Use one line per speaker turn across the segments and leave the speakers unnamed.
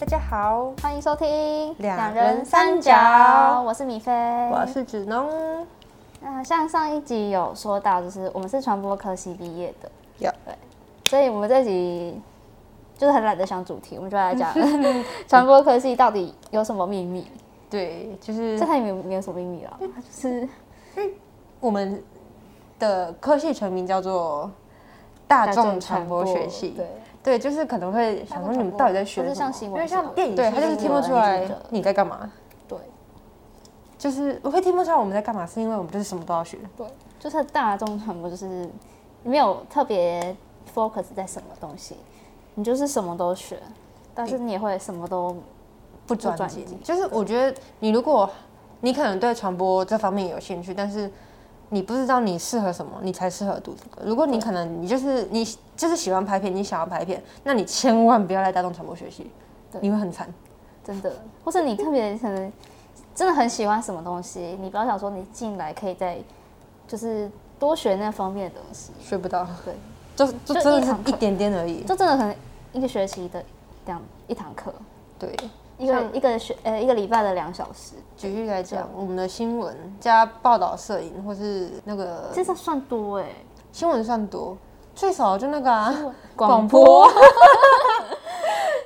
大家好，
欢迎收听
两人三角
我是米菲，
我是子农。
那像上一集有说到，就是我们是传播科系毕业的，
有
所以我们这集就是很懒得想主题，我们就 来讲传播科系到底有什么秘密。
对，就是
这它也没有没有什么秘密啦，
嗯
它就是
我们的科系全名叫做大众传播学系。
对，
对，就是可能会想说你们到底在学
或
什
是像新
么？
闻系统，
电影对他就是听不出来
新闻记者
你在干嘛。
对
就是我会听不出来我们在干嘛，是因为我们就是什么都要学。
对，就是大众传播，就是没有特别 focus 在什么东西，你就是什么都学，但是你也会什么都
不专
专
精
精。
就是我觉得你如果你可能对传播这方面有兴趣，但是你不知道你适合什么，你才适合读这个。如果你可能你就是你就是喜欢拍片，你想要拍片，那你千万不要来大众传播学习，
对
你会很惨。
真的，或是你特 别可能真的很喜欢什么东西，你不要想说你进来可以再就是多学那方面的东西，
学不到，
对，
就就
就
真的
一
是
堂
一
课
点点而已。
就真的可能一个学期的两一堂课，
对，
一个一个学呃一个礼拜的两小时，
举例来讲，我们的新闻加报道摄影，或是那个
这算算多哎、
新闻算多，最少就那个啊
广
播，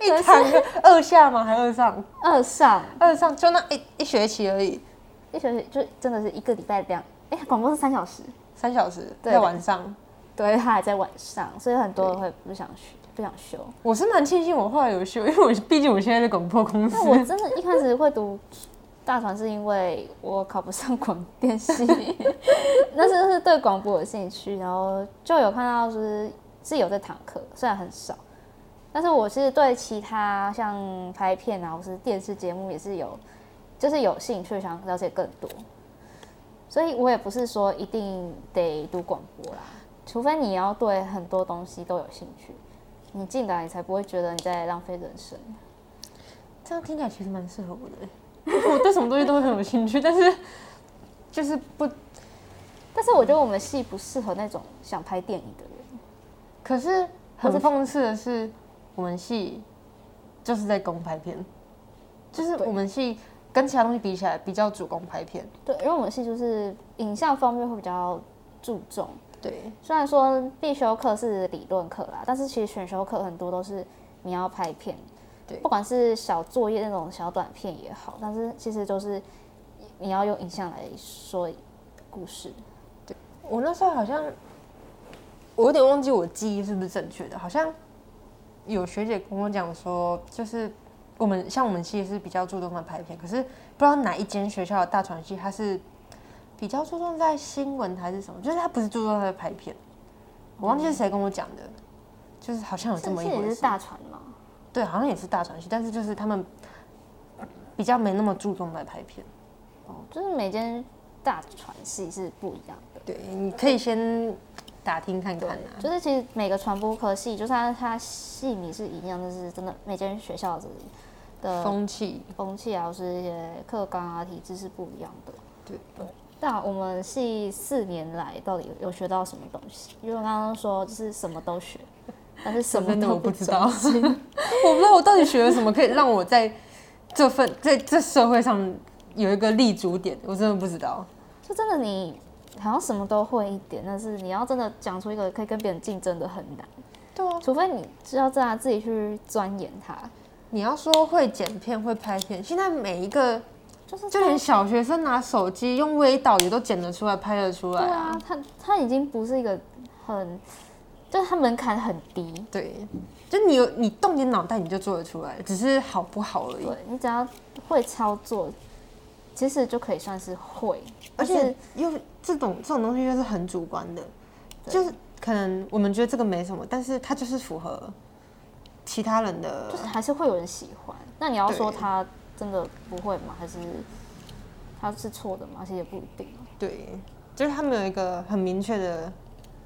一堂课二下吗？还二上？
二上
二上就那一一学期而已，
一学期就真的是一个礼拜两，哎、广播是三小时，
三小时
对
在晚上。
对，他还在晚上，所以很多人会不想学不想修。
我是蛮庆幸我后来有修，因为我毕竟我现在在广播公司
那，我真的一开始会读大传，是因为我考不上广电系， 那时候是对广播有兴趣，然后就有看到就是是有这堂课，虽然很少，但是我是对其他像拍片啊，或是电视节目也是有，就是有兴趣想了解更多，所以我也不是说一定得读广播啦，除非你要对很多东西都有兴趣。你进来，你才不会觉得你在浪费人生。
这样听起来其实蛮适合我的。 我对什么东西都会很有兴趣，但是就是不。
但是我觉得我们系不适合那种想拍电影的人，
可是很讽刺的是，我们系就是在公拍片，就是我们系跟其他东西比起来比较主攻拍片。
对，因为我们系就是影像方面会比较注重。
对，
虽然说必修课是理论课啦，但是其实选修课很多都是你要拍片，
对
不管是小作业那种小短片也好，但是其实就是你要用影像来说故事。
我那时候好像，我有点忘记我记忆是不是正确的，好像有学姐跟我讲说，就是我们像我们系是比较注重在拍片，可是不知道哪一间学校的大传系它是比较注重在新闻还是什么，就是它不是注重在拍片，我忘记是谁跟我讲的，就是好像有这
这
么一
也
回
是
事，
大船嘛，
对，好像也是大传系，但是就是他们比较没那么注重在拍片。
哦，就是每间大船系是不一样的。
对，你可以先打听看看啊。
就是其实每个传播科系，就算它系名是一样，但是真的每间学校的的
风气，
风气啊，或是一些课纲啊、体制是不一样的。
对，
那我们系四年来到底有学到什么东西？因为我刚刚说就是什么 都学，但是什么
真的
都
我不知
懂
道，我 不知道我到底学了什么，可以让我在这份在这社会上有一个立足点，我真的不知道。
就真的你好像什么都会一点，但是你要真的讲出一个可以跟别人竞争的很难，
对啊，
除非你知道这样自己去钻研它。
你要说会剪片、会拍片，现在每一个
就是
就连小学生拿手机用微导也都剪得出来、拍得出来
对
啊。
啊，它它已经不是一个很，就是它门槛很低。
对，就你有你动点脑袋你就做得出来，只是好不好而已。
对你只要会操作，其实就可以算是会。
而
但
且
是
又这种这种东西又是很主观的，
对
就是可能我们觉得这个没什么，但是它就是符合其他人的
就是还是会有人喜欢。那你要说
呃对
他真的不会吗？还是他是错的吗？其实也不一定。
对，就是他们有一个很明确的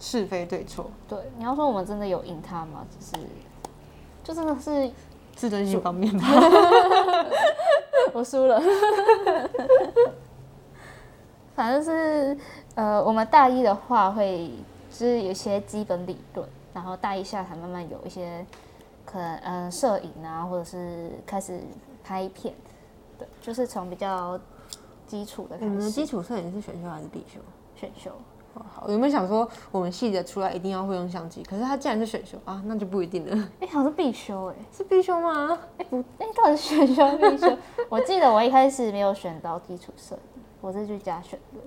是非对错，
对，你要说我们真的有赢他吗？只是就真的是
自尊心方面吧。
我输 了。反正是呃，我们大一的话会就是有一些基本理论，然后大一下才慢慢有一些可能嗯摄影啊，或者是开始拍片，对，就是从比较基础的
你
开
们的
始
基础摄影是选修还是必修？
选修。
哦好，我原本想说我们系的出来一定要会用相机，可是它既然是选修啊，那就不一定了。
哎、好像是必修哎、
是必修吗？
哎、不，哎、到底是选修必修？我记得我一开始没有选到基础设计，我是去加选的。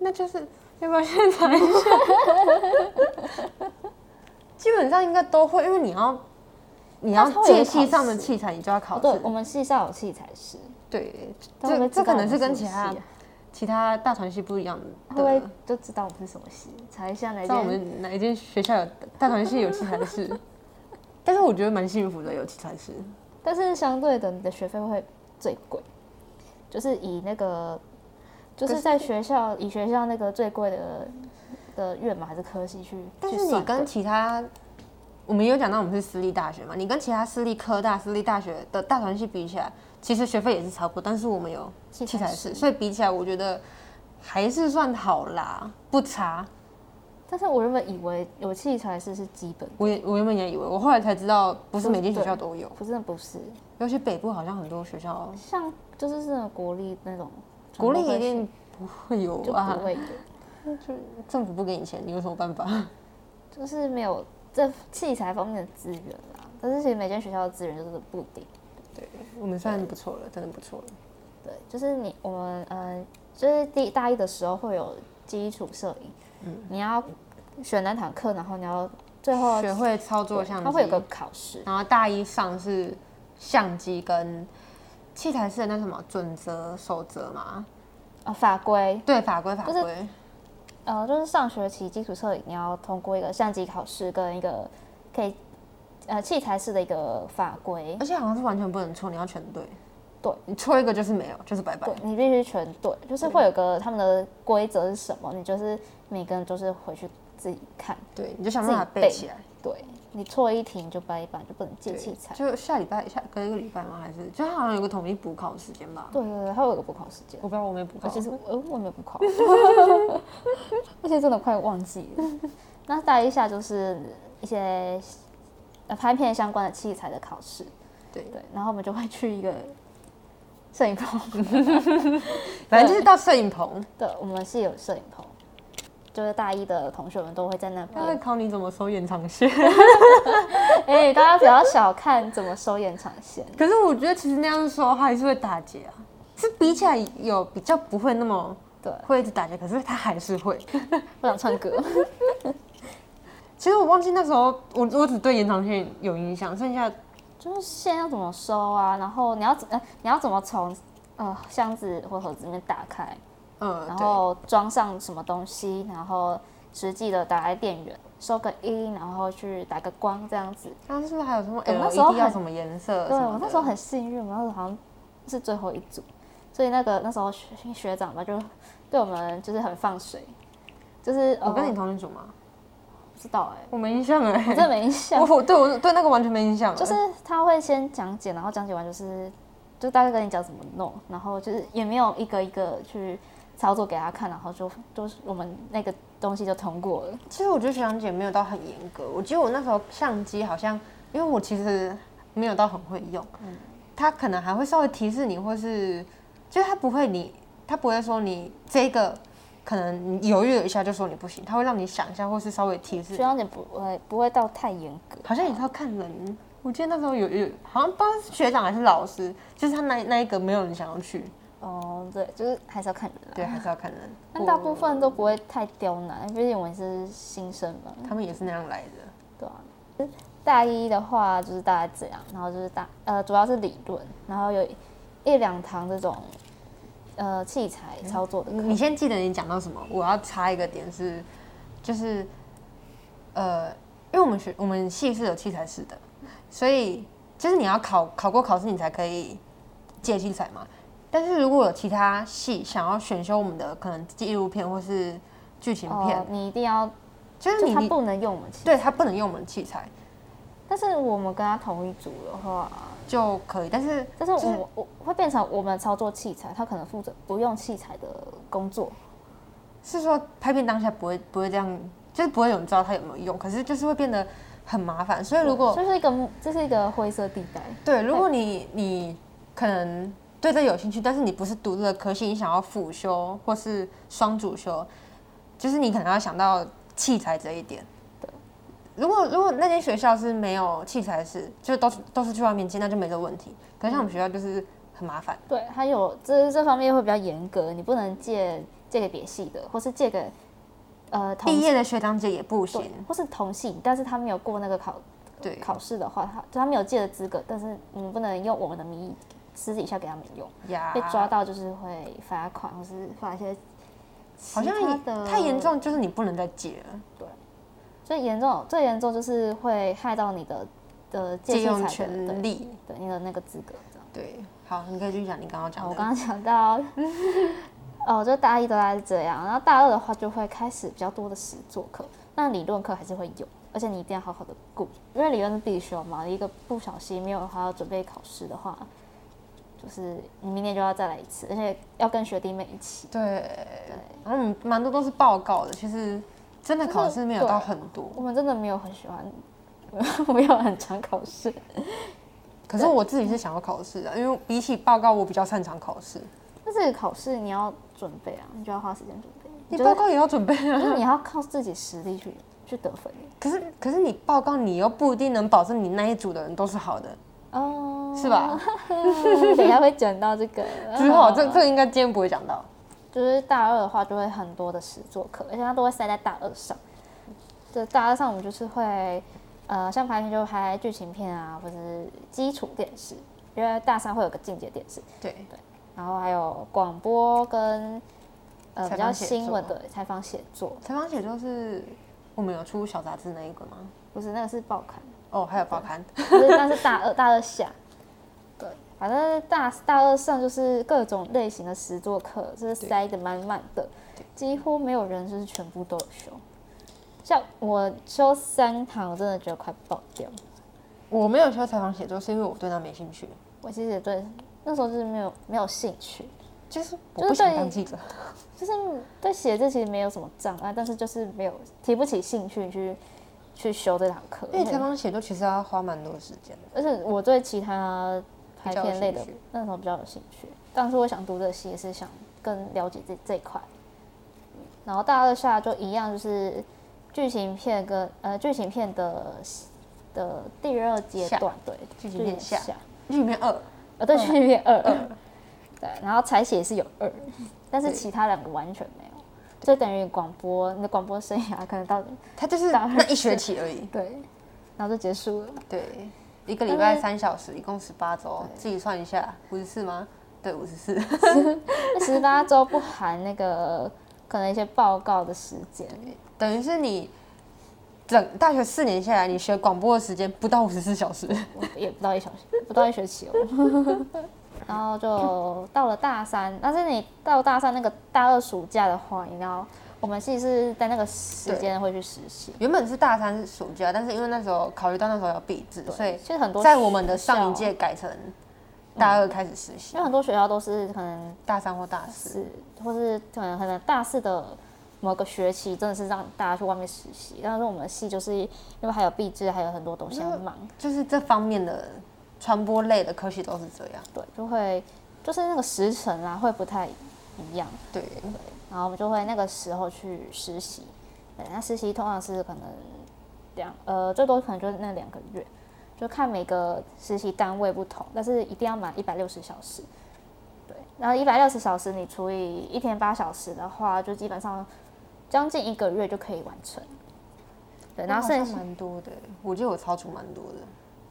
那就是要不要现在选？ 基本上应该都会，因为你要你要
但它会有
借系上的
考试
器材，你就要考
哦，
试。
对，我们系上有器材师，
对，
但会不
这
会
这
知道
可
我
能
们
是跟
什
其
么
他
系啊
其他大传系不一样的。
会不会就知道我们是什么系？查一下哪
知啊道我
间？
们哪一间学校有大传系有器材室？ 但是我觉得蛮幸福的，有器材室。
但是相对的，你的学费会最贵，就是以那个，就
可
是
是
在学校以学校那个最贵的的院嘛还是科系去
但
去
是你
算
跟
的。
其他，我们有讲到我们是私立大学嘛，你跟其他私立科大、私立大学的大传系比起来，其实学费也是差不多，但是我们有
器
器
材
材
室
室，所以比起来，我觉得还是算好啦，不差。
但是我原本以为有器材师是基本，
我也我原本也以为，我后来才知道，不是每间学校
对
都有，
不是不是，
尤其北部好像很多学校，
像就是这种国立那种
国立一
传播会
定不会有
就
啊
不，会有，
就是政府不给你钱，你有什么办法？
就是没有这器材方面的资源啦。但是其实每间学校的资源就是不一定。
我们算不错了，真的不错了。
对，就是你我们嗯、呃，就是第大一的时候会有基础摄影，
嗯
你要选那堂课，然后你要最后
学会操作
对
相机，
它会有个考试，
然后大一上是相机跟器材师的那什么准则守则嘛，
呃，法规，
对法规法
就是
规，
呃，就是上学期基础摄影你要通过一个相机考试跟一个可以呃器材式的一个法规，
而且好像是完全不能错，你要全对。
对，
你错一个就是没有，就是拜拜
对。你必须全对，就是会有个他们的规则是什么，你就是每个人就是回去自己看，
对，你就想办法
自己
背
背
起来。
对你错一题你就掰一半，就不能借
对
器材。
就下礼拜下隔一个礼拜吗？还是就好像有个统一补考时间吧？
对对对，还有一个补考时间。
我不知道我没补考
啊，其实我我没有补考， 而且真的快忘记了。那大一下就是一些呃拍片相关的器材的考试，
对
对，然后我们就会去一个摄影棚，
反正就是到摄影棚，
对，我们是有摄影棚，就是大一的同学们都会在那
他 会
边。
考你怎么收延长线。
哎、大家不要小看怎么收延长线，
可是我觉得其实那样说它还是会打结啊，是比起来有比较不会那么
对，
会一直打结，可是它还是会。
不想唱歌。
其实我忘记那时候，我我只对延长线有印象，剩下
就是线要怎么收啊，然后你要怎、呃、你要怎么从呃箱子或盒子里面打开，
呃，
然
对，
后装上什么东西，然后实际的打开电源，收个音，然后去打个光这样子。
它是不是还有什么
我那时候
LED
很
要什么颜色？
对
什么
我
的
那时候很幸运，我那时候好像是最后一组，所以那个那时候学学长吧，就对我们就是很放水，就是
我跟你
呃
同一组吗？
不知道哎、
我没印象哎、
我真的没印象
我，我对我对那个完全没印象，欸
就是他会先讲解，然后讲解完就是就大概跟你讲怎么弄，然后就是也没有一个一个去操作给他看，然后就就是我们那个东西就通过了。
其实我觉得学长姐没有到很严格，我记得我那时候相机好像，因为我其实没有到很会用，他可能还会稍微提示你，或是就是他不会你，他不会说你这个可能你犹豫了一下就说你不行，他会让你想一下，或是稍微提示。
学长姐不会不会到太严格，
嗯好像也是要看人，我记得那时候有有好像不知道是学长还是老师，就是他那那一个没有人想要去，
哦，对，就是还是要看人啦。
对，还是要看人。哦
但大部分都不会太刁难，毕竟我们是新生嘛，
他们也是那样来的，
对啊。大一的话就是大概这样，然后就是大呃主要是理论，然后有一两堂这种呃器材操作的课。
嗯你先记得你讲到什么，我要插一个点是，就是，呃，因为我们学我们系是有器材室的，所以就是你要考考过考试，你才可以借器材嘛。但是如果有其他系想要选修我们的可能纪录片或是剧情片，
哦，你一定要，
就是
就
你
他
你
不能用我们器材，
对他不能用我们器材
但是我们跟他同一组的话，
就可以，但是
但是我们我会变成我们操作器材，他可能负责不用器材的工作。
是说拍片当下不会不会这样，就是不会有人知道它有没有用，可是就是会变得很麻烦。所以如果
就是一个这是一个灰色地带，
对，如果你你可能对这有兴趣，但是你不是读这个科系，你想要辅修或是双主修，就是你可能要想到器材这一点。如果如果那间学校是没有器材室，就是都是都是去外面借，那就没这个问题。可是像我们学校就是很麻烦，
对，还有这这方面会比较严格，你不能借借给别系的，或是借给呃同
毕业的学长姐也不行
对。，或是同系，但是他没有过那个考
对，
考试的话，他就他没有借的资格，但是你们不能用我们的名义私底下给他们用，
呀
被抓到就是会罚款，或是罚一些
好像
其他的
也太严重，就是你不能再借了。
最严重最严重就是会害到你的的借
借
器材
用
的
权利。
对对你的那个资格这样。
对，好，你可以继续讲你刚刚讲
哦
的。
我刚刚讲到，哦，就大一都大概是这样，然后大二的话就会开始比较多的实作课，那理论课还是会有，而且你一定要好好的顾，因为理论是必修嘛，一个不小心没有好好准备考试的话，就是你明年就要再来一次，而且要跟学弟妹一起。
对，嗯，蛮多都是报告的，其实真的考试没有到很多。
我们真的没有很喜欢， 没有很常考试，
可是我自己是想要考试的，因为比起报告，我比较擅长考试。
但是考试你要准备啊，你就要花时间准备，
你
就
报
是
告也要准备啊，
就是你 要靠自己实力去去得分。
可是可是你报告，你又不一定能保证你那一组的人都是好的，
哦，
是吧？。
等一下会讲到这个
之后
嗯
这这个应该今天不会讲到。
就是大二的话，就会很多的实作课，而且它都会塞在大二上。就大二上，我们就是会，呃，像拍片就拍剧情片啊，或者是基础电视，因为大三会有个进阶电视，
对，
然后还有广播跟呃
采
比
访
较
写
新闻
作
的采访写作，
采访写就是我们有出小杂志那一个吗？
不是那个是报刊，
哦，还有报刊。
不是那是大二大二下。对，反正大大二上就是各种类型的实作课，就是
对
塞得满满的，几乎没有人就是全部都有修。像我修三堂，我真的觉得快爆掉。
我没有修采访写作，是因为我对它没兴趣，
我其实也对那时候就是没有没有兴趣，
就是
就
我
是
不想
对
当记者。
就是
嗯
对写字其实没有什么障碍，但是就是没有提不起兴趣去去修这堂课。
因为采访写作其实要花蛮多时间的。
而且我对其他拍片类的
比较有兴趣
那时候比较有兴趣，当时我想读这系也是想更了解这这一块。然后大二下就一样，就是剧情片跟呃剧情片的的第二阶
下
段，对
剧情片下嗯
下，
里面二，
呃对剧情片二二， 对，然后采写也是有二，但是其他两个完全没有，就等于广播你的广播生涯可能到
它就是
大二
那一学期而已。
对，然后就结束了。
对，一个礼拜
但是
三小时，一共十八周，自己算一下，五十四吗？对，五十四。
十八周不含那个可能一些报告的时间，
等于是你整大学四年下来，你学广播的时间不到五十四小时。
也不到一小时，不到一学期哦。 然后就到了大三，但是你到大三那个大二暑假的话，你要我们系是在那个时间会去实习，
原本是大三暑假，但是因为那时候考虑到那时候要毕制，所以
其实很多
在我们的
学校啊嗯
上一届，改成大二开始实习
因为，很多学校都是可能
大三或大四。
是，或是可能可能大四的某个学期真的是让大家去外面实习，但是我们系就是因为还有毕制，还有很多东西要忙，
就是这方面的传播类的科系都是这样。
对，就会就是那个时辰啊会不太一样，
对，
然后我们就会那个时候去实习。对，那实习通常是可能两呃最多可能就是那两个月，就看每个实习单位不同，但是一定要满一百六十小时。对，然后一百六十小时你除以一天八小时的话，就基本上将近一个月就可以完成。对，然后剩
剩
下
蛮多的，我记得我超出蛮多的。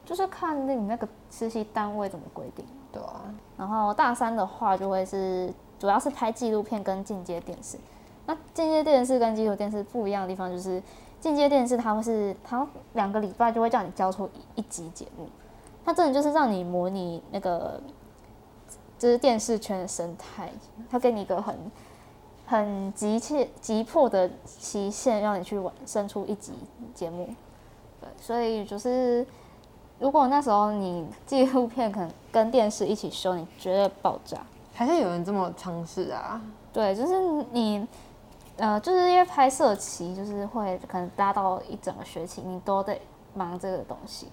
就是看那你那个实习单位怎么规定。
对啊，
然后大三的话就会是主要是拍纪录片跟进阶电视。那进阶电视跟基础电视不一样的地方就是，进阶电视它会是它两个礼拜就会叫你交出一一集节目，它真的就是让你模拟那个就是电视圈的生态，它给你一个很很急切急迫的期限，让你去完生出一集节目。对，所以就是如果那时候你纪录片可能跟电视一起修，你绝对爆炸。
还是有人这么尝试啊。
对，就是你，呃，就是因为拍摄期就是会可能搭到一整个学期，你都得忙这个东西。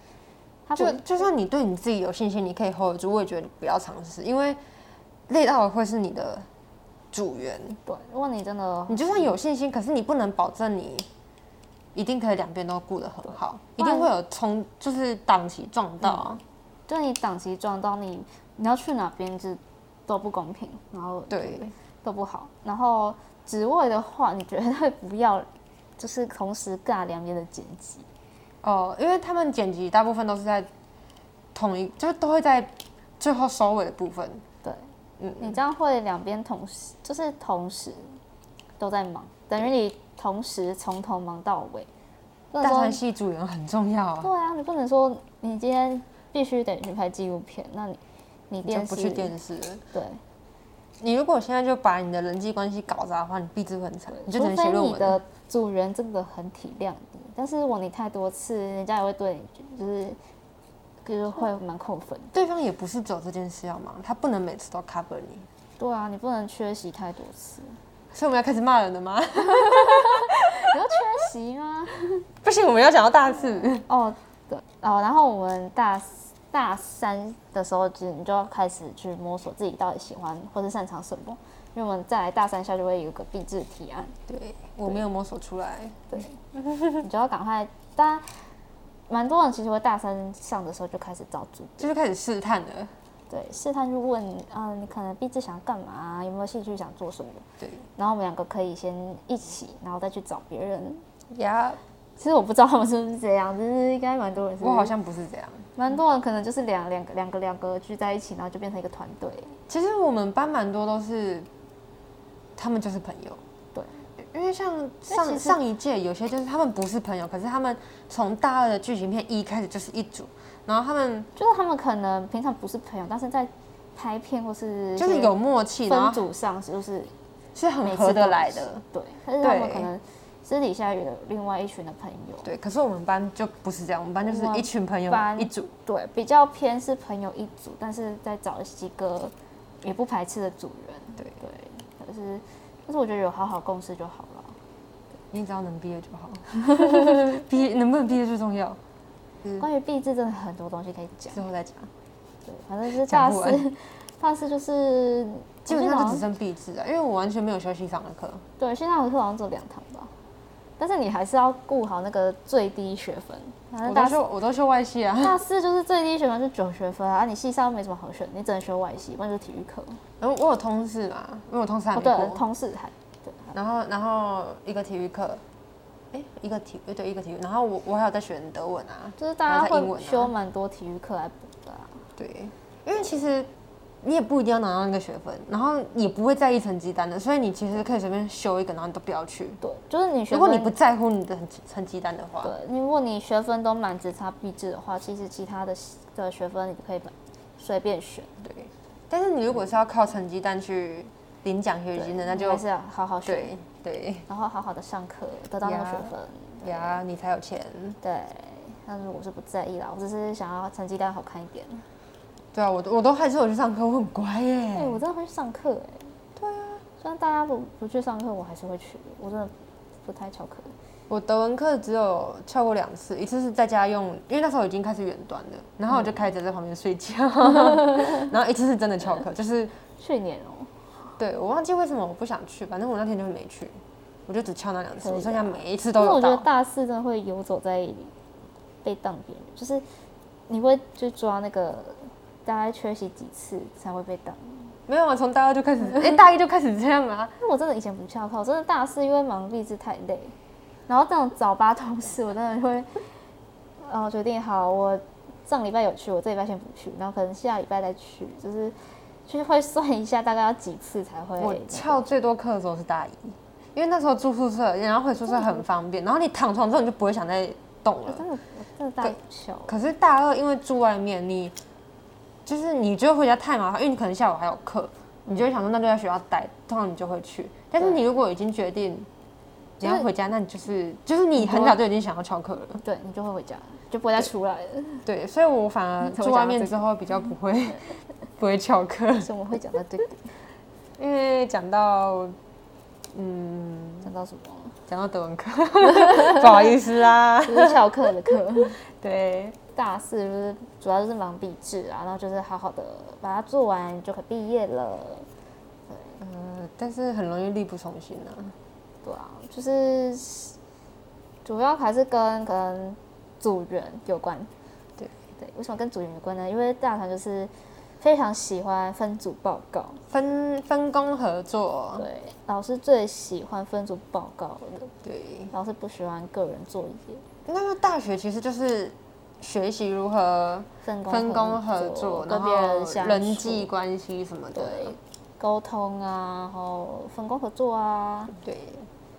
他不
就就算你对你自己有信心，你可以 hold 得住，我也觉得你不要尝试，因为累到的会是你的主源。
对，如果你真的
你就算有信心，可是你不能保证你一定可以两边都顾得很好，一定会有冲，就是档期撞到啊。
就你档期撞到你，你要去哪边就都不公平，然后
对，
都不好。然后职位的话，你绝对不要就是同时尬两边的剪辑，
哦、因为他们剪辑大部分都是在同一，就是都会在最后收尾的部分。
对，
嗯
你这样会两边同时就是同时都在忙，等于你同时从头忙到尾。不
大
能
团
说
戏组员很重要啊，
对啊，你不能说你今天必须得去拍纪录片，那你你
你就
电视
不去电视了。
对，
你如果现在就把你的人际关系搞砸的话，你必之很惨，你就只
除
能写
非
论
你
文了。
的主人真的很体谅你，但是如果你太多次，人家也会对你就是就是会蛮扣分。
对方也不是只有这件事要忙，他不能每次都 cover 你。
对啊，你不能缺席太多次，
所以我们要开始骂人了吗？
你要缺席吗？
不行，我们要讲到大字。
哦，对哦，然后我们大四大三的时候，就你就要开始去摸索自己到底喜欢或者擅长什么，因为我们在大三下就会有一个毕制提案，
对，我没有摸索出来。
你就要赶快，大家蛮多人其实会大三上的时候就开始找组
就是开始试探了。
对，试探就问，嗯、你可能毕志想干嘛，啊有没有兴趣想做什么？
对
然后我们两个可以先一起，然后再去找别人。
呀
其实我不知道他们是不是这样，就是应该蛮多人是，
我好像不是这样。
蛮多人可能就是两两个两个两个聚在一起，然后就变成一个团队。
其实我们班蛮多都是，他们就是朋友。
对，
因为像
那其
上
实
上一届有些就是他们不是朋友，可是他们从大二的剧情片一开始就是一组，然后他们
就是他们可能平常不是朋友，但是在拍片或是
就是
一些
有默契，然
分
后
组上就是
是
每
很
次
合得
都
来
是
的。。
对，但是他们
对
可能私底下有另外一群的朋友。
对，可是我们班就不是这样，我们班就是
我们
一群朋友
班
一组。
对，比较偏是朋友一组，但是再找几个也不排斥的组员。
对
对，但是但是我觉得有好好共事就好了。
你只要能毕业就 好，毕业能不能毕业最重要，嗯
关于毕制真的很多东西可以讲，
之后再讲。
对，反正就是
讲
大
不
四，大四就是
基本上就只
是
剩毕制啊，因为我完全没有修欣赏的课。
对，现在我是好像只有两堂吧，但是你还是要顾好那个最低学分，反正
我
大
都
四。
修我都修外系啊，
大四就是最低学分是九学分啊，啊你系上没什么好选，你只能修外系，不然就是体育课。
然后我有通识嘛，因为我通识还
哦，
没
对
过。
了，通识还对，
然后然后一个体育课，哎，一个体对一个体育，然后我我还有在选德文啊，
就是大
然
家
后再英文
会
啊
修蛮多体育课来补的、啊。
对，因为其实你也不一定要拿到那个学分，然后也不会在意成绩单的，所以你其实可以随便修一个，然后你都不要去。
对，就是你学
如果你
分，
不在乎你的成绩成绩单的话，
对，你如果你学分都满只差必制的话，其实其他的的学分你就可以随便选，
对但是你如果是要靠成绩单去领奖学金的，那
你
就
还是要好好学，
对对
然后好好的上课，得到那个
呀
学分。
呀，你才有钱。
对，但是我是不在意啦，我只是想要成绩单好看一点。
对啊，我都我都还是有去上课，我很乖耶。
哎、我真的会去上课哎、对啊，虽然大家不不去上课，我还是会去，我真的不太翘课。
我德文课只有翘过两次，一次是在家用，因为那时候已经开始远端了，然后我就
嗯
开始在旁边睡 觉，然后一次是真的翘课，就是
去年哦、
对我忘记为什么我不想去，反正我那天就没去，我就只翘那两次，
可以啊
我剩下每一次
但
都
是我
有
觉得
到。
大四真的会游走在被当别人，就是你会去抓那个大概缺席几次才会被当。
没有啊，从大二就开始， 哎、大一就开始这样啊，
因为我真的以前不翘课，我真的大四因为忙毕制太累，然后这种早八同事，我真的会，然后决定好我上礼拜有去，我这礼拜先不去，然后可能下礼拜再去，就是就是会算一下大概要几次才会。
我翘最多课的时候是大一，因为那时候住宿舍，然后回宿舍很方便，然后你躺床之后你就不会想再动
我
了。
真的我真的大不翘，
可是大二因为住外面，你就是你觉得回家太麻烦，因为你可能下午还有课，你就会想说那就在学校待，通常你就会去。但是
对
你如果已经决定你
就
要
是
回家，那你就是就是你很早就已经想要翘课了。
对你就会回家，就不会再出来了。
对，所以我反而
怎么
住外
讲到
面
这
之后比较不会 不会翘课，
所以我们会讲到这个。
因为讲到嗯，
讲到什么了？
讲到德文课， 不好意思啊。
就是翘课的课。
对，
大四就是主要就是忙毕制啊，然后就是好好的把它做完就可以毕业了。
呃，但是很容易力不从心啊。
对啊，就是主要还是跟跟组员有关。
对
对，为什么跟组员有关呢？因为大团就是非常喜欢分组报告，
分分工合作，
对，老师最喜欢分组报告的，
对，
老师不喜欢个人作业。
那个大学其实就是学习如何
分工
分工合作，
作，
然
跟别人
后
相
人
处
际关系什么的。
对沟通啊，然后分工合作啊，
对，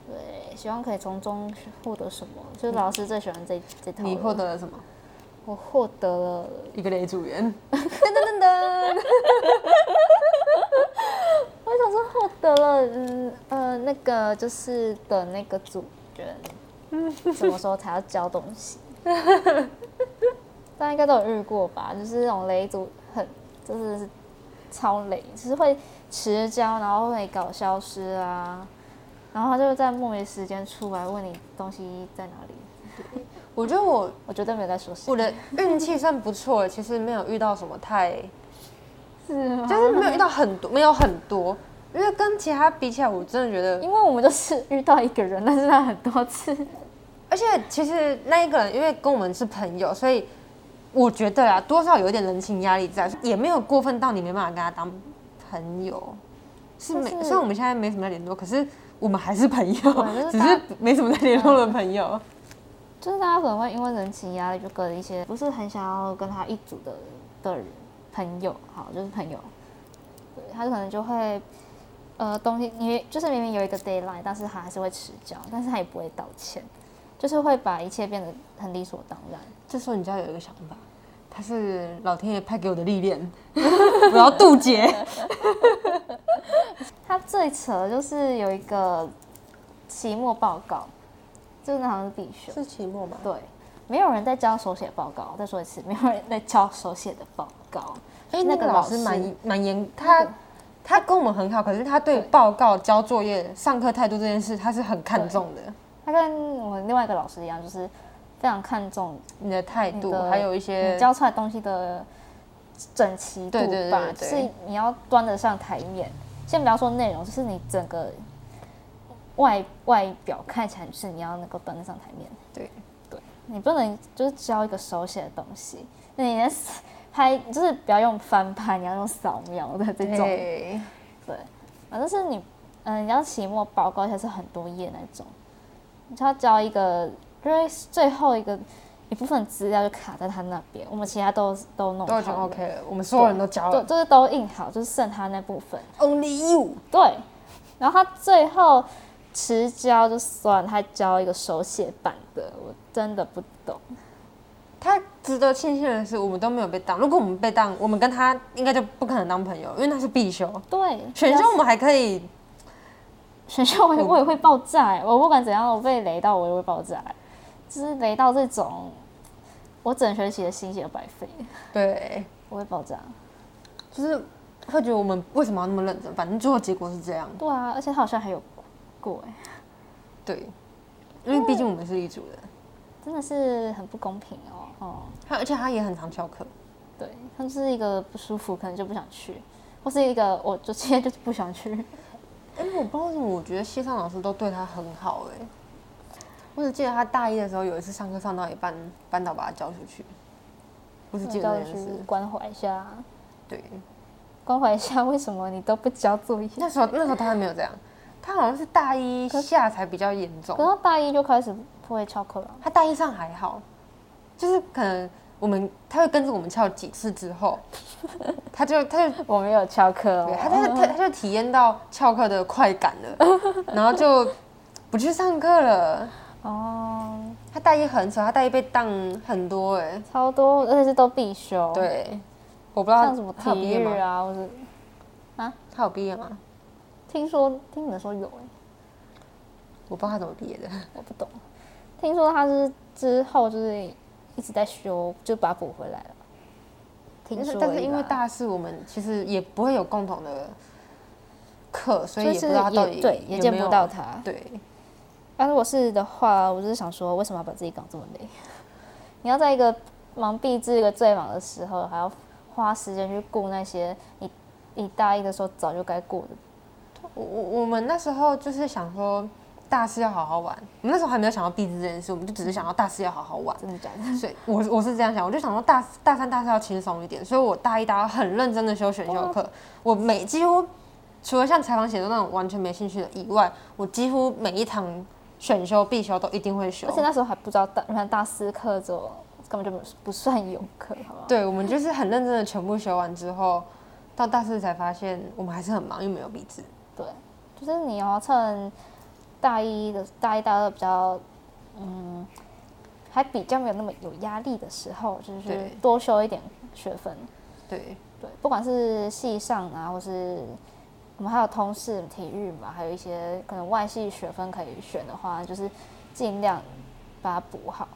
对，希望可以从中获得什么？就是老师最喜欢这这套了。
你获得了什么？
我获得了，
一个雷组员，
我想说获得了，嗯呃，那个就是的那个主人，什么时候才要交东西？ 大家应该都有遇过吧？就是那种雷组很，就是超雷，就是会迟交，然后会搞消失啊，然后他就在莫名时间出来问你东西在哪里。
我觉得我
我绝对没有在说谁。
我的运气算不错，其实没有遇到什么太，
是吗？
就是没有遇到很多，没有很多，因为跟其他比起来，我真的觉得
因为我们就是遇到一个人，但是他很多次，
而且其实那一个人因为跟我们是朋友，所以我觉得啊，多少有一点人情压力在，也没有过分到你没办法跟他当朋友。是没
但，是
虽然我们现在没什么在联络，可是我们还是朋友
我觉，得
只
大
是没什么在联络的朋 友。
就是大家可能会因为人情压力，就跟一些不是很想要跟他一组的的人朋友，好，就是朋友，对他可能就会，呃，东西因为就是明明有一个 d a y l i n e 但是他还是会迟交，但是他也不会道歉，就是会把一切变得很理所当然。
这时候你就要有一个想法，他是老天爷派给我的历练， 我要渡劫。
他最扯的就是有一个期末报告，就是好像是必修，
是期末吗？
对，没有人在教手写报告。再说一次，没有人在教手写的报告。
哎、那
那
个
个
老
老
师
师
蛮蛮严，他他跟我们很好，可是他对报告、交作业、上课态度这件事，他是很看重的。
他跟我另外一个老师一样，就是非常看重
你的态度，
你的
还有一些
你教出来东西的整齐度
对对对
吧，
对
是你要端得上台面。先不要说内容，就是你整个外外表看起来，就是你要能够端得上台面。
对
你不能就是教一个手写的东西，那你在拍就是不要用翻拍，你要用扫描的这种。
对
对，反正啊是你，嗯、你要期末报告，而且是很多页那种，你就要交一个，因为最后一个一部分资料就卡在他那边，我们其他都都弄
都已
好
经
了
OK 了，我们所有人都教
对，
了
就是都印好，就是剩他那部分，
，Only you，
对，然后他最后迟交就算了，他交一个手写版的，我真的不懂，
他值得庆幸的是，我们都没有被当。如果我们被当，我们跟他应该就不可能当朋友，因为那是必修。
对，
选修我们还可以，
选秀我也我也会爆炸、欸，我不管怎样，我被雷到我也会爆炸、欸，就是雷到这种，我整学期的心血都白费，
对，
我会爆炸。
就是会觉得我们为什么要那么认真？反正最后结果是这样，
对啊，而且他好像还有过、欸，
对，因为毕竟我们是一组的，
真的是很不公平哦。哦，
他而且他也很常翘课，
对，他就是一个不舒服，可能就不想去，或是一个我就今天就是不想去。
哎、我不知道为什么，我觉得系上老师都对他很好哎、我只记得他大一的时候有一次上课上到一半，班导把他叫出去，我只记得
要
这件
去
事。
关怀一下，
对，
关怀一下，为什么你都不交作业？
那时候那时候他还没有这样，他好像是大一下才比较严重
可。能大一就开始不会翘课了。
他大一上还好，就是可能我们他会跟着我们翘几次之 后，他就他就
我没有翘课、哦
对，他就他他就体验到翘课的快感了，然后就不去上课了。
哦，
他大一很扯，他大一被当很多哎、
超多，而且是都必
哦
修。，
对，我不知道
像什么
他有毕
体
业
育
吗？
啊，或者
他有毕业吗？
听说听你们说有哎、
我不知道他怎么毕业的。
我不懂。听说他是之后就是一直在修，就把它补回来了。听
但是
说而已啦，
但是因为大四，我们其实也不会有共同的课，所以也
其
不
实
知道他到底
也对，也
有
见
没有
不到。他。
对，
啊，如果是的话，我就是想说，为什么要把自己搞这么累？ 你要在一个忙毕至一个最忙的时候，还要花时间去顾那些你你大一的时候早就该顾的。
我我我们那时候就是想说大四要好好玩，我们那时候还没有想到毕制这件事，我们就只是想到大四要好好玩。
真的假的？
所以我我是这样想，我就想说大大三大四要轻松一点，所以我大一大二很认真的修选修
哦
课，我每几乎除了像采访写作那种完全没兴趣的以外，我几乎每一堂选修必修都一定会修
而。且那时候还不知道大，你看大四课之后根本就不不算有课，好不好？
对，我们就是很认真的全部修完之后，到大四才发现我们还是很忙，又没有毕制。
对，就是你要趁大一的大一大二比较，嗯，还比较没有那么有压力的时候，就是
对
多修一点学分。
对，
对，不管是系上啊，或是我们还有通识、体育嘛，还有一些可能外系学分可以选的话，就是尽量把它补好。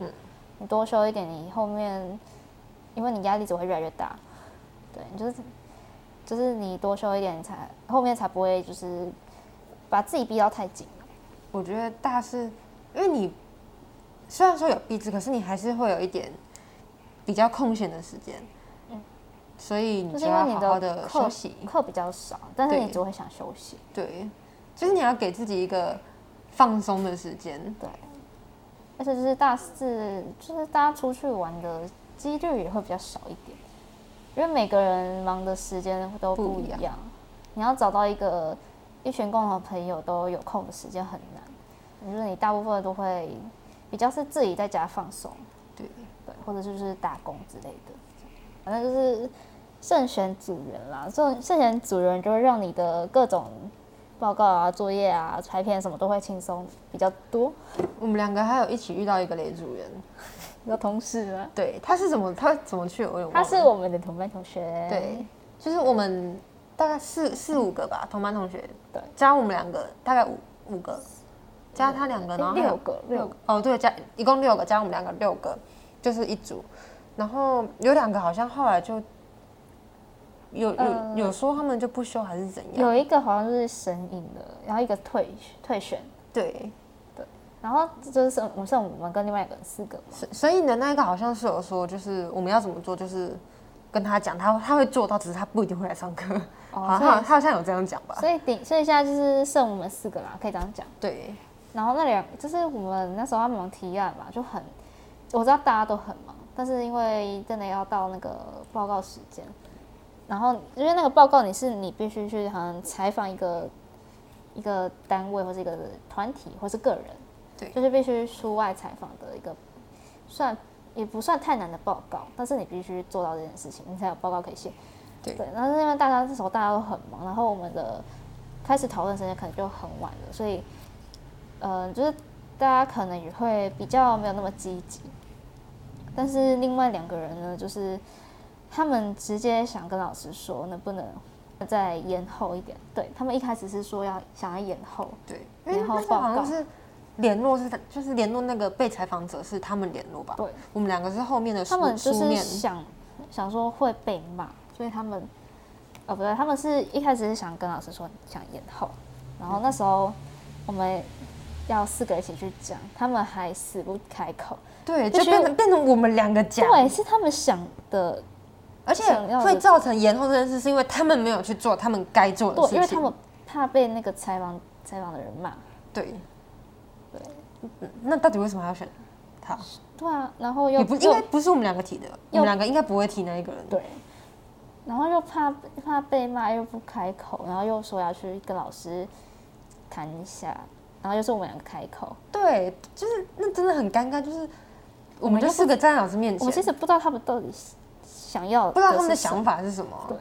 嗯，
你多修一点，你后面因为你压力只会越来越大。对，你就是就是你多修一点，你才后面才不会就是把自己逼到太紧。
我觉得大四，因为你虽然说有毕制，可是你还是会有一点比较空闲的时间，所以你
嗯
就
就
是
因为
要
你
好好的
的课
休息。
课比较少，但是你
对
只会想休息。
对，就是你要给自己一个放松的时间。
对，而且就是大四，就是大家出去玩的几率也会比较少一点，因为每个人忙的时间都
不
不
一
一
样
样，你要找到一个一群共同朋友都有空的时间很难，就是你大部分都会比较是自己在家放松，
对，
对，或者就是打工之类的，反正就是慎选组员啦，慎慎选组员就会让你的各种。报告啊、作业啊、拍片什么都会轻松比较多。
我们两个还有一起遇到一个雷主任，
有同事吗？
对，他是怎么他怎么去的我有点忘
他
了。
是我们的同班同学。
对，就是我们大概四四五个吧，同班同学，
对，
加我们两个大概五五个，加他两个，
诶
然后还有
六个六个，
哦，对，加一共六个，加我们两个六个，就是一组。然后有两个好像后来就有有、
呃
有说他们就不修还是怎样，
有一个好像是神隐的，然后一个退退选，
对，
然后就是我们剩我们跟另外一个人四个嘛。
所所以呢那一个好像是有说就是我们要怎么做，就是跟他讲，他他会做到，只是他不一定会来上课。
哦
好像
所以
他他好像有这样讲吧？
所以顶，所以现在就是剩我们四个啦，可以这样讲。
对，
然后那两就是我们那时候要忙提案嘛，就很我知道大家都很忙，但是因为真的要到那个报告时间，然后因为那个报告你是你必须去好像采访一个一个单位或是一个团体或是个人，
对
就是必须出外采访的一个算也不算太难的报告，但是你必须做到这件事情，你才有报告可以写。
对
对，但是因为大家那时候大家都很忙，然后我们的开始讨论时间可能就很晚了，所以，呃，就是大家可能也会比较没有那么积极。但是另外两个人呢，就是他们直接想跟老师说，能不能再延后一点？对他们一开始是说要想要延后，
对，因为
然后
那时候好
报告
像是联络是他，就是联络那个被采访者是他们联络吧？
对，
我们两个是后面的书
他们就
书
是
面，
想想说会被骂，所以他们哦不对，他们是一开始是想跟老师说想延后，然后那时候我们要四个一起去讲，他们还死不开口，
对，
必
就
须
变成变成我们两个讲，
对，是他们想的，
而且
想要的
会造成延后这件事，是因为他们没有去做他们该做的事
对，
情，
因为他们怕被那个采访采访的人骂，
对
对
嗯那到底为什么还要选他？
对啊，然后又
也不应该不是我们两个提的，我
又
们两个应该不会提那一个人，
对，然后又怕怕被骂，又不开口，然后又说要去跟老师谈一下，然后又是我们两个开口，
对，就是那真的很尴尬，就是我们就四个站在老师面
我
前，
们其实不知道他们到底想要，
不知道他们的，想法是什么，
对，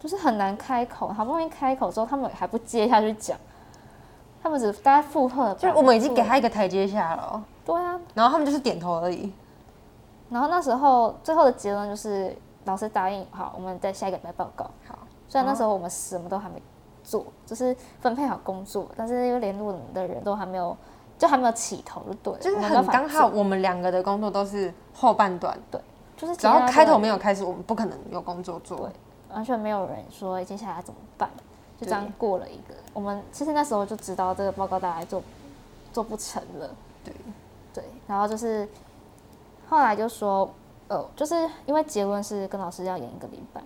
就是很难开口，好不容易开口之后，他们还不接下去讲，他们只大家附和吧，
就是我们已经给
附和
他一个台阶下了哦，
对啊，
然后他们就是点头而已。
然后那时候最后的结论就是老师答应好，我们在下一个礼拜报告。
好，
虽然那时候我们什么都还没做，就是分配好工作，但是因为联络的人都还没有，就还没有起头，就对了，
就是
我们没有
很
办
刚
法
好，
做，
我们两个的工作都是后半段，
就是其
只要
他
开头
人
没有开始，我们不可能有工作做
对。完全没有人说接下来怎么办，就这样过了一个。我们其实那时候就知道这个报告大概做做不成了，
对，
对，然后就是后来就说，呃，就是因为结论是跟老师要演一个礼拜，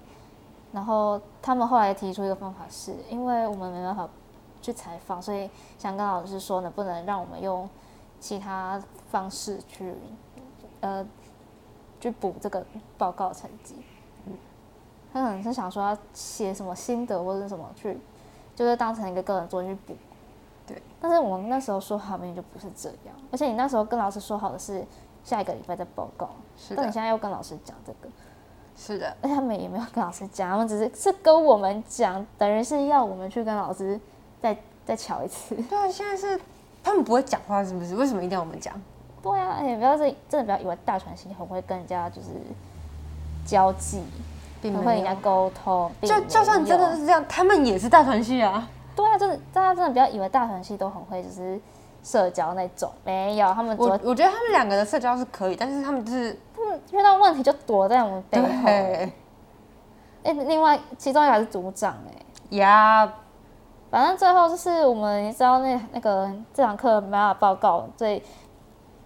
然后他们后来提出一个方法是，因为我们没办法去采访，所以想跟老师说，能不能让我们用其他方式去，呃，去补这个报告成绩。他可能是想说要写什么心得或者什么去，就是当成一个个人作业去补。
对，
但是我们那时候说好，明明就不是这样，而且你那时候跟老师说好的是下一个礼拜再报告，
是
但你
的，
现在又跟老师讲这个，
是的，
而且他们也没有跟老师讲，他们只是是跟我们讲，等于是要我们去跟老师再再瞧一次。
对啊，现在是他们不会讲话，是不是？为什么一定要我们讲？
对啊，也不要是真的不要以为大传系很会跟人家就是交际，
并
很会
没
跟人家
有，
沟通。并
嗯就
没
就算真
有
的是这样，他们也是大团系啊。
对啊，真的大家真的不要以为大团系都很会就是社交那种，没有，他们只
我
会
我觉得他们两个的社交是可以，但是他们就是
他们遇到问题就躲在我们背后。哎、
对
另外其中一个还是组长哎、
呀，
反正最后就是我们也知道那那个这堂课没办法报告，所以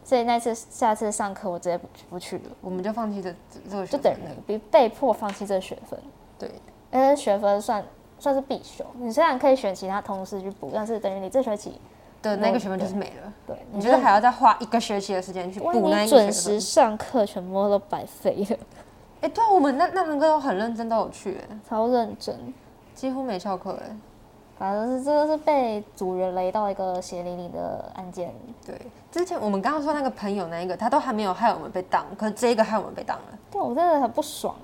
所以那次下次上课我直接不不去了，
我们就放弃这这这个
就
选
等
择
于。被被迫放弃这个学分，
对，
而且学分算算是必修，你虽然可以选其他同时去补，但是等于你这学期
的那个学分就是没了。
对
你
你
觉得还要再花一个学期的时间去
哇
补那
你
一个
准
学分
时？上课全部都白费了，
哎、对啊，我们那那堂课都很认真，都有去、哎
超认真。
几乎没翘课哎。
反正是这个是被主人雷到一个血淋淋的案件，
对，之前我们刚刚说那个朋友那一个，他都还没有害我们被当，可是这一个害我们被当了。
对我真的很不爽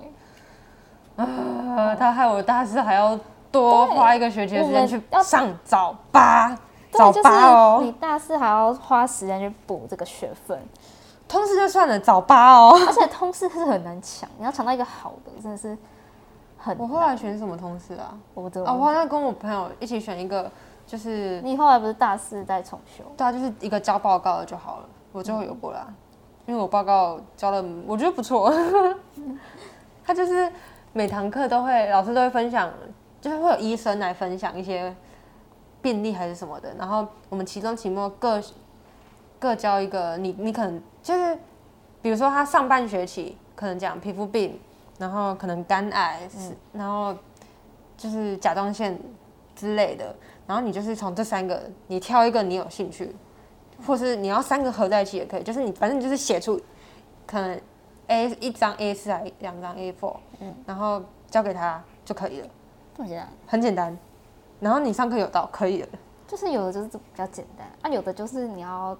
哎、
呃，他害我大四还要多
哦对
花一个学期的时间
我
去
们要
上早八，
对，
早
就
八
是你
哦。
大四还要花时间去补这个学分，
通识就算了，早八哦。
而且通识是很难抢，你要抢到一个好的真的是很
我
难。
后来选什么通识啊？
我真的
哦，我好像跟我朋友一起选一个，就是
你后来不是大四再重修？
对啊，就是一个交报告的就好了。我最后有过啦，因为我报告交的我觉得不错。 他就是每堂课都会，老师都会分享，就是会有医生来分享一些病例还是什么的。然后我们期中、期末各各交一个，你你可能就是，比如说他上半学期可能讲皮肤病，然后可能肝癌，然后就是甲状腺之类的。然后你就是从这三个，你挑一个你有兴趣，或是你要三个合在一起也可以，就是你反正你就是写出可能 A 一张 A 四还两张 A four，嗯，然后交给他就可以了，
这么简单，
很简单。然后你上课有到可以了，
就是有的就是比较简单，啊，有的就是你要，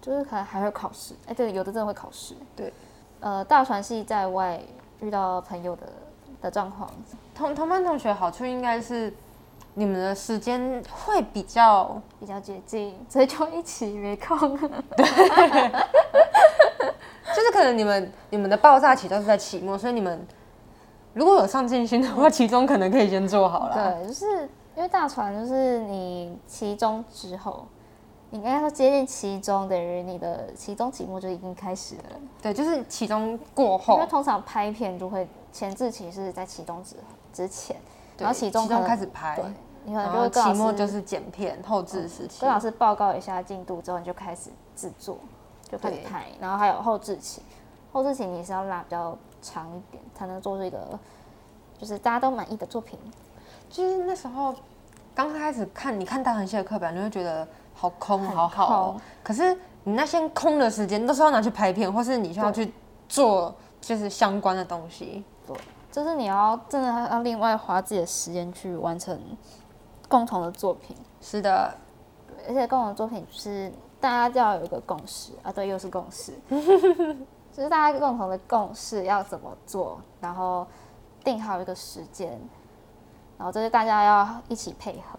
就是可能还会考试。哎、对，有的真的会考试。
对，
呃，大传系在外遇到朋友的的状况，
同同班同学好处应该是你们的时间会比较，
比较接近，所以就一起没空。
就是可能你们你们的爆炸期都是在期末，所以你们如果有上进心的话，期中可能可以先做好了。
对，就是因为大船就是你期中之后，你应该说接近期中，等于你的期中期末就已经开始了。
对，就是期中过
因
后
为，通常拍片就会前置期是在期中之之前，然后
对
期中可能
开始拍，
对，你可
然
能就会
后
跟老
期
师
末就是剪片后置时期
跟，老师报告一下进度之后，你就开始制作，就开始
对
拍，然后还有后置期，后置期你是要拉比较长一点，才能做出一个就是大家都满意的作品。
就是那时候刚开始看，你看大横线的课表，你会觉得好空，好好哦、
空
可是你那些空的时间都是要拿去拍片，或是你需要去做就是相关的东西。
就是你要真的要另外花自己的时间去完成共同的作品，
是的，
对而且共同的作品就是大家要有一个共识啊，对，又是共 识，就是大家共同的共识要怎么做，然后定好一个时间，然后就是大家要一起配合。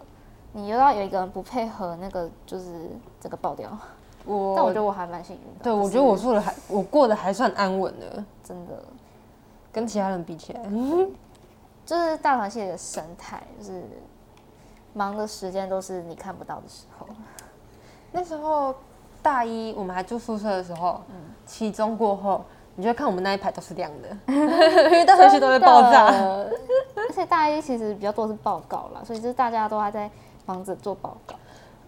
你又要有一个人不配合，那个就是这个爆掉。
我
但我觉得我还蛮幸运的，
对
就
我
是
觉得我做的还我过得还算安稳的，
真的
跟其他人比起来，
就是大团系的生态，就是忙的时间都是你看不到的时候。
那时候大一我们还住宿舍的时候，期中 过后，你就会看我们那一排都是亮的，因为大横线都会爆炸。
而且且大一其实比较多是报告啦，所以就是大家都还在忙着做报告。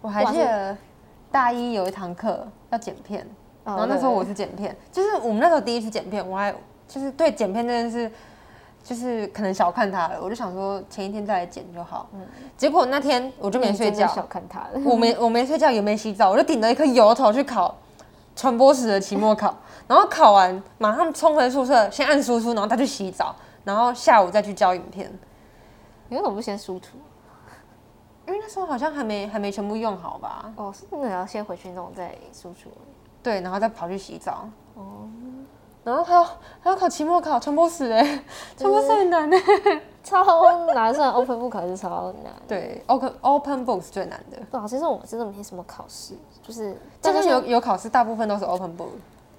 我还记得大一有一堂课要剪片，然后那时候我是剪片，就是我们那时候第一次剪片，我还就是对剪片这件事，就是可能小看它了，我就想说前一天再来剪就好。结果那天我就
对
没睡
你真
嗯觉
的，小看他了。
我没我没睡觉也没洗澡，我就顶着一颗油头去考传播史的期末考，然后考完马上冲回宿舍，先按输出，然后再去洗澡，然后下午再去交影片，
你为什么不先输出？
因为那时候好像还没还没全部用好吧。
哦，是不是要先回去弄再输出？
对，然后再跑去洗澡。哦，然后还有还要考期末考，传播史哎， 传播史很难哎。
超难，虽然 open book 还是超难。
对，open open book 是最难的，
对啊，其实我们真的没什么考试，就是大
就
家
是
有
有有考试，大部分都是 open book。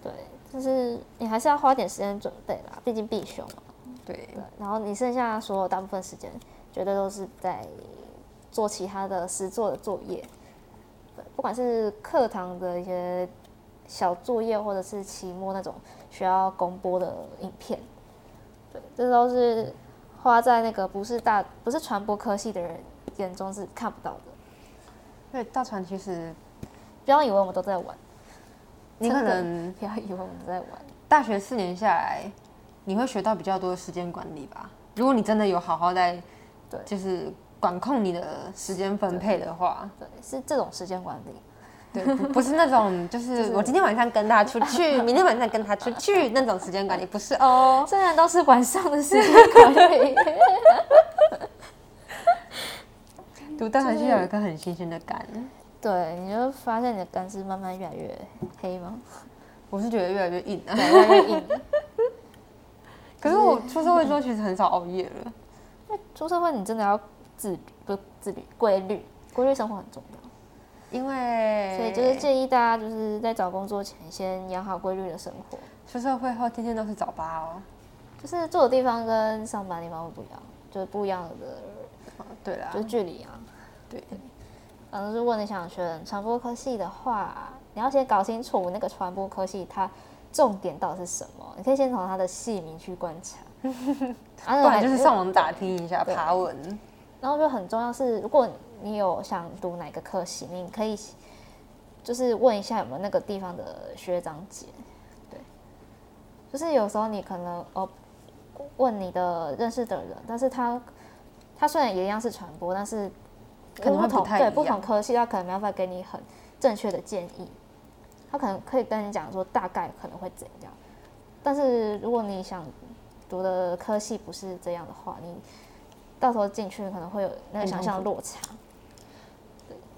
对，就是你还是要花点时间准备啦，毕竟必修嘛。
对，
对，然后你剩下所有大部分时间，绝对都是在做其他的实作的作业，对，不管是课堂的一些小作业，或者是期末那种需要公播的影片，对，这都是花在那个不是大不是传播科系的人眼中是看不到的。
对，大船其实
不要以为我们都在玩，
你可
真的
能
不要以为我们都在玩。
大学四年下来，你会学到比较多的时间管理吧？如果你真的有好好在，
对
就是管控你的时间分配的话，
对，是这种时间管理。
对， 不不是那种就是我今天晚上跟他出 去，明天晚上跟他出去那种时间管理，不是哦。
虽然都是晚上的时间管理，
读大学系有一个很新鲜的感，
对，你就发现你的肝是慢慢越来越黑吗？
我是觉得越来越硬啊。
越来越硬。
可是我出社会之后，其实很少熬夜了。
那出社会你真的要自律，不是自律，规律，规律生活很重要。
因为
所以就是建议大家就是在找工作前先养好规律的生活，
出社会后，天天都是早八哦。
就是住的地方跟上班地方会不一样，就是不一样的
哦对啦
就，是距离啊。
对，
然后如果你想选传播科系的话，你要先搞清楚那个传播科系它重点到底是什么，你可以先从它的系名去观 察。啊
不
那
然
还
就是上网打听一下
对
爬文。
然后就很重要是，如果你有想读哪个科系，你可以就是问一下有没有那个地方的学长姐，对，就是有时候你可能哦问你的认识的人，但是他他虽然也一样是传播，但是
可能会
不同
哦不太一
对
样
不同科系，他可能没办法给你很正确的建议，他可能可以跟你讲说大概可能会怎样，但是如果你想读的科系不是这样的话，你到时候进去可能会有那个想象的落差。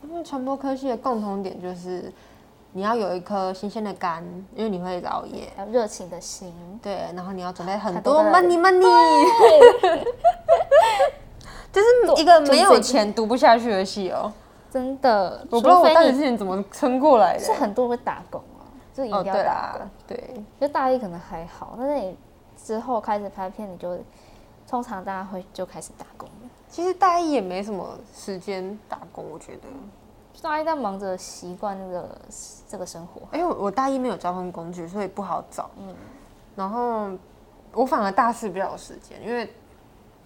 因为传播科系的共同点就是，你要有一颗新鲜的肝，因为你会熬夜。
还有热情的心。
对，然后你要准备很
很
多
多的
money money，就是一个没有钱读不下去的戏哦。
真的，
我不知道
除
我
非
大学
你
之前怎么撑过来的。
是很多人会打工啊，就一
哦，
定要
对
打
啦
工。，
对，
就大一可能还好，但是你之后开始拍片，你就通常大家会就开始打工了。
其实大一也没什么时间打工，我觉得。
就大一在忙着习惯那个这个生活，
因为我我大一没有交通工具，所以不好找。嗯，然后我反而大四比较有时间，因为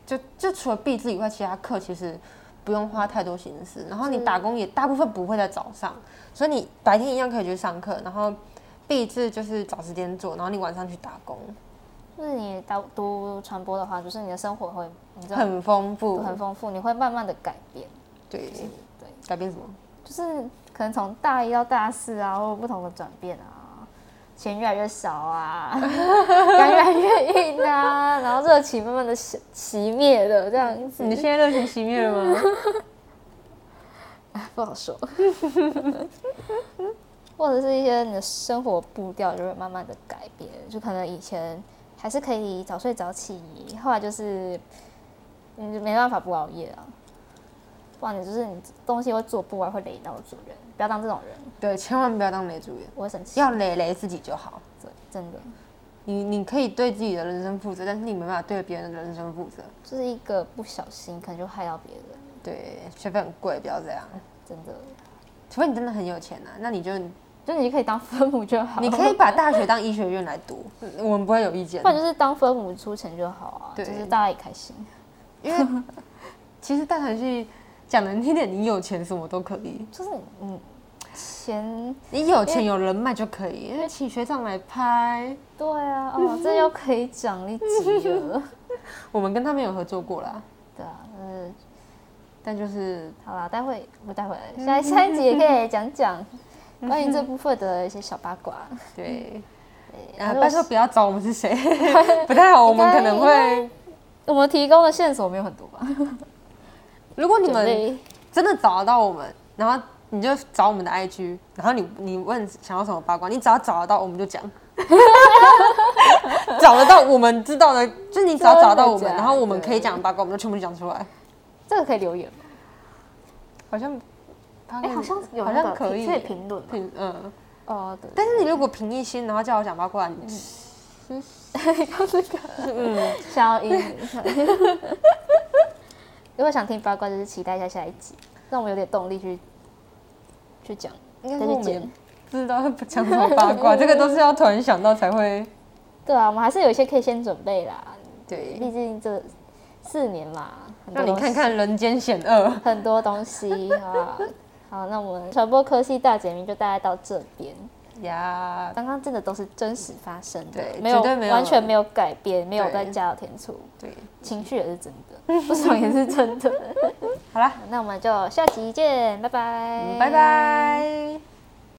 就就除了毕制以外，其他课其实不用花太多心思。然后你打工也大部分不会在早上，所以你白天一样可以去上课，然后毕制就是找时间做，然后你晚上去打工，
就是你读读传播的话，就是你的生活会，你知道
很丰富。
很丰富，你会慢慢的改变。
对，
对，
改变什么？
就是可能从大一到大四啊，会有不同的转变啊，钱越来越少啊，感越来越硬啊，然后热情慢慢的熄灭了，这样子
嗯你现在热情熄灭了吗？
不好说。或者是一些你的生活步调就会慢慢的改变，就可能以前还是可以早睡早起，后来就是嗯你就没办法不熬夜啊，不然你就是你东西会做不完，会累到主人，不要当这种人，
对，千万不要当雷主演，
我会生气。
要雷雷自己就好。
对，真的
你你可以对自己的人生负责，但是你没办法对别人的人生负责。
就是一个不小心，可能就害到别人，
对，学费很贵，不要这样。
真的。
除非你真的很有钱啊，那你就
就你可以当分母就好，
你可以，把大学当医学院 来读，嗯我们不会有意见
不。然就是当分母出钱就好啊，
对
就是大家也开心。
因为其实大传系讲难听点，你有钱什么都可以，
就是嗯，钱
你有钱有人脉就可以，因为请学长来拍，
对啊，哦，这又可以讲一集了。
我们跟他们有合作过啦，
对啊，呃，
但就是
好啦，待会不待会，
嗯
下一下一集也可以来讲讲关于这部分的一些小八卦。
对，
嗯如
啊，
果
拜托不要找我们是 谁，不太好，我们可能会。
我们提供的线索没有很多吧？
如果你
准
们
备
真的找得到我们，然后你就找我们的 IG，然后你你问想要什么八卦，你只要找得到我们就讲。 找得到我们知道的，就是你只要找得到我
真
们，
的假的
然后我们可以讲的八卦，我们就全部讲出来。
这个可以留言吗？
好像，哎
哎，好像有
好
那
像
个
可以，
可以评论啊嘛。
评嗯。
哦，对，
但是你如果凭一心，然后叫我讲八卦，你
想要赢。如果想听八卦，就是期待一下下一集，让我们有点动力去去讲，
应该
再
是
去
我们也
剪。
不知道不讲什么八卦，这个都是要突然想到才会。
对啊，我们还是有一些可以先准备啦，
对，
毕竟这四年嘛，很多
让你
东西
看看人间险恶。
很多东西啊。好，那我们传播科系大解密就大概到这边。
呀，
刚刚真的都是真实发生的，
对
没有
绝对没有
完全没有改编，没有
对
再加了添醋，
对，
情绪也是真 的，不爽也是真的。
好啦，嗯
那我们就下集见，拜拜，
拜。拜。